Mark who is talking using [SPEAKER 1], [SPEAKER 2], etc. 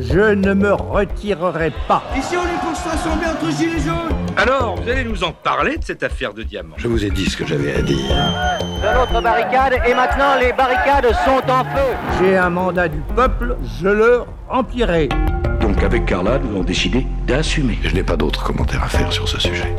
[SPEAKER 1] Je ne me retirerai pas.
[SPEAKER 2] Ici, on est pour se rassembler entre gilets jaunes.
[SPEAKER 3] Alors, vous allez nous en parler de cette affaire de diamant
[SPEAKER 4] Je vous ai dit ce que j'avais à dire.
[SPEAKER 5] De l'autre barricade, et maintenant les barricades sont en feu.
[SPEAKER 1] J'ai un mandat du peuple, je le remplirai.
[SPEAKER 6] Donc avec Carla, nous avons décidé d'assumer.
[SPEAKER 4] Je n'ai pas d'autres commentaires à faire sur ce sujet.